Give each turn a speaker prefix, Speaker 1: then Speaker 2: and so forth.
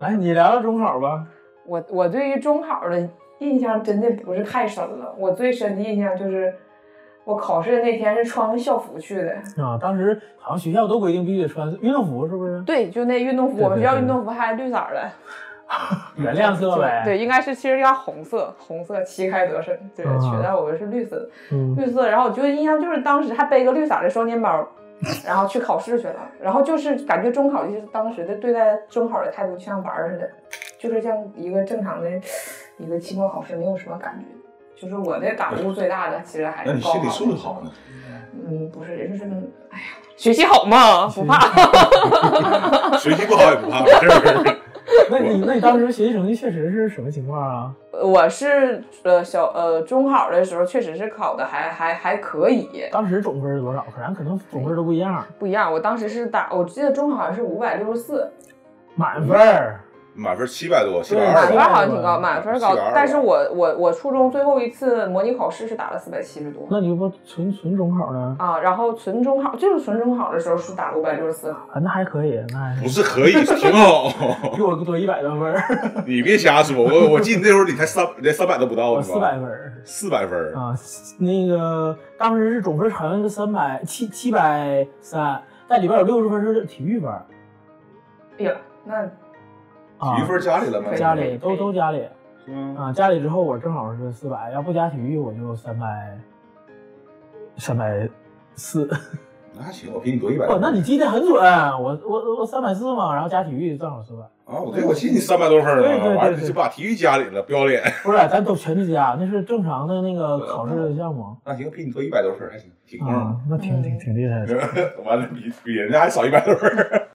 Speaker 1: 来，哎你聊聊中考吧。
Speaker 2: 我我对于中考的印象真的不是太深了，我最深的印象就是我考试那天是穿个校服去的。
Speaker 1: 啊，当时好像学校都规定必须得穿运动服，是不是？
Speaker 2: 对，就那运动服，
Speaker 1: 对
Speaker 2: 我们学校
Speaker 1: 对
Speaker 2: 运动服还绿色儿的，
Speaker 1: 原谅色呗。，
Speaker 2: 对，应该是其实应该红色，红色旗开得胜，对，
Speaker 1: 啊
Speaker 2: 取代我们是绿色的，
Speaker 1: 嗯，
Speaker 2: 绿色。然后我就印象就是当时还背个绿色儿的双肩包，然后去考试去了。然后就是感觉中考就是当时的对待中考的态度就像玩儿似的，就是像一个正常的一个期末考试，没有什么感觉。就是我的感悟最大的其实还
Speaker 3: 那
Speaker 2: 是
Speaker 3: 你
Speaker 2: 高考
Speaker 3: 心理
Speaker 2: 的
Speaker 3: 素质
Speaker 2: 时候
Speaker 3: 好呢？
Speaker 2: 嗯，不是，就是哎呀，学习好 嘛，不怕。
Speaker 3: 学习不好也不怕，是不是？
Speaker 1: 那你那你当时学习成绩确实是什么情况啊？
Speaker 2: 我是呃小呃中考的时候确实是考的还还还可以，
Speaker 1: 当时总分是多少？可咱可能总分都不一样，
Speaker 2: 不一样。我当时是打，我记得中考好像是五百六十四，
Speaker 1: 满分儿。
Speaker 3: 满分七百多，七百
Speaker 2: 满
Speaker 3: 二
Speaker 2: 分
Speaker 3: 吧？
Speaker 2: 好像挺高，满分高
Speaker 3: 420。
Speaker 2: 但是我我我初中最后一次模拟考试是打了四百七十多
Speaker 1: 那你不纯纯中考呢？
Speaker 2: 啊，然后纯中考就是纯中考的时候是打了五百六十四，
Speaker 1: 啊，那还可以，那还
Speaker 3: 不是可以，挺好。
Speaker 1: 比我多一百多分儿，
Speaker 3: 你别瞎说，我我记得那会儿你才三，连三百都不到，
Speaker 1: 我
Speaker 3: 是
Speaker 1: 哦四
Speaker 3: 吧？
Speaker 1: 百分儿
Speaker 3: 四百分儿，
Speaker 1: 啊。那个当时是总分好像是三百七七百三，但里边有六十分是体育分儿
Speaker 2: 哎呀，那
Speaker 1: 啊
Speaker 3: 体育，分加里了吗？
Speaker 1: 家里都都家里
Speaker 3: 嗯
Speaker 1: 啊，家里之后我正好是四百，要不加体育我就三百三百四。
Speaker 3: 那还行，我比你多一百。
Speaker 1: 哦哇，那你记得很准，我我我三百四嘛，然后加体育正好四百。
Speaker 3: 啊，我对我记得你三百多分
Speaker 1: 对对
Speaker 3: 呢，
Speaker 1: 对
Speaker 3: 完了
Speaker 1: 对
Speaker 3: 就把体育加里了，不要脸。
Speaker 1: 不是，咱都全加，那是正常的那个考试的项目。
Speaker 3: 那行，比你多一百多分儿还行，挺
Speaker 1: 啊
Speaker 3: 棒。，
Speaker 1: 那挺挺挺厉害的。
Speaker 3: 完了比比人家还少一百多分儿。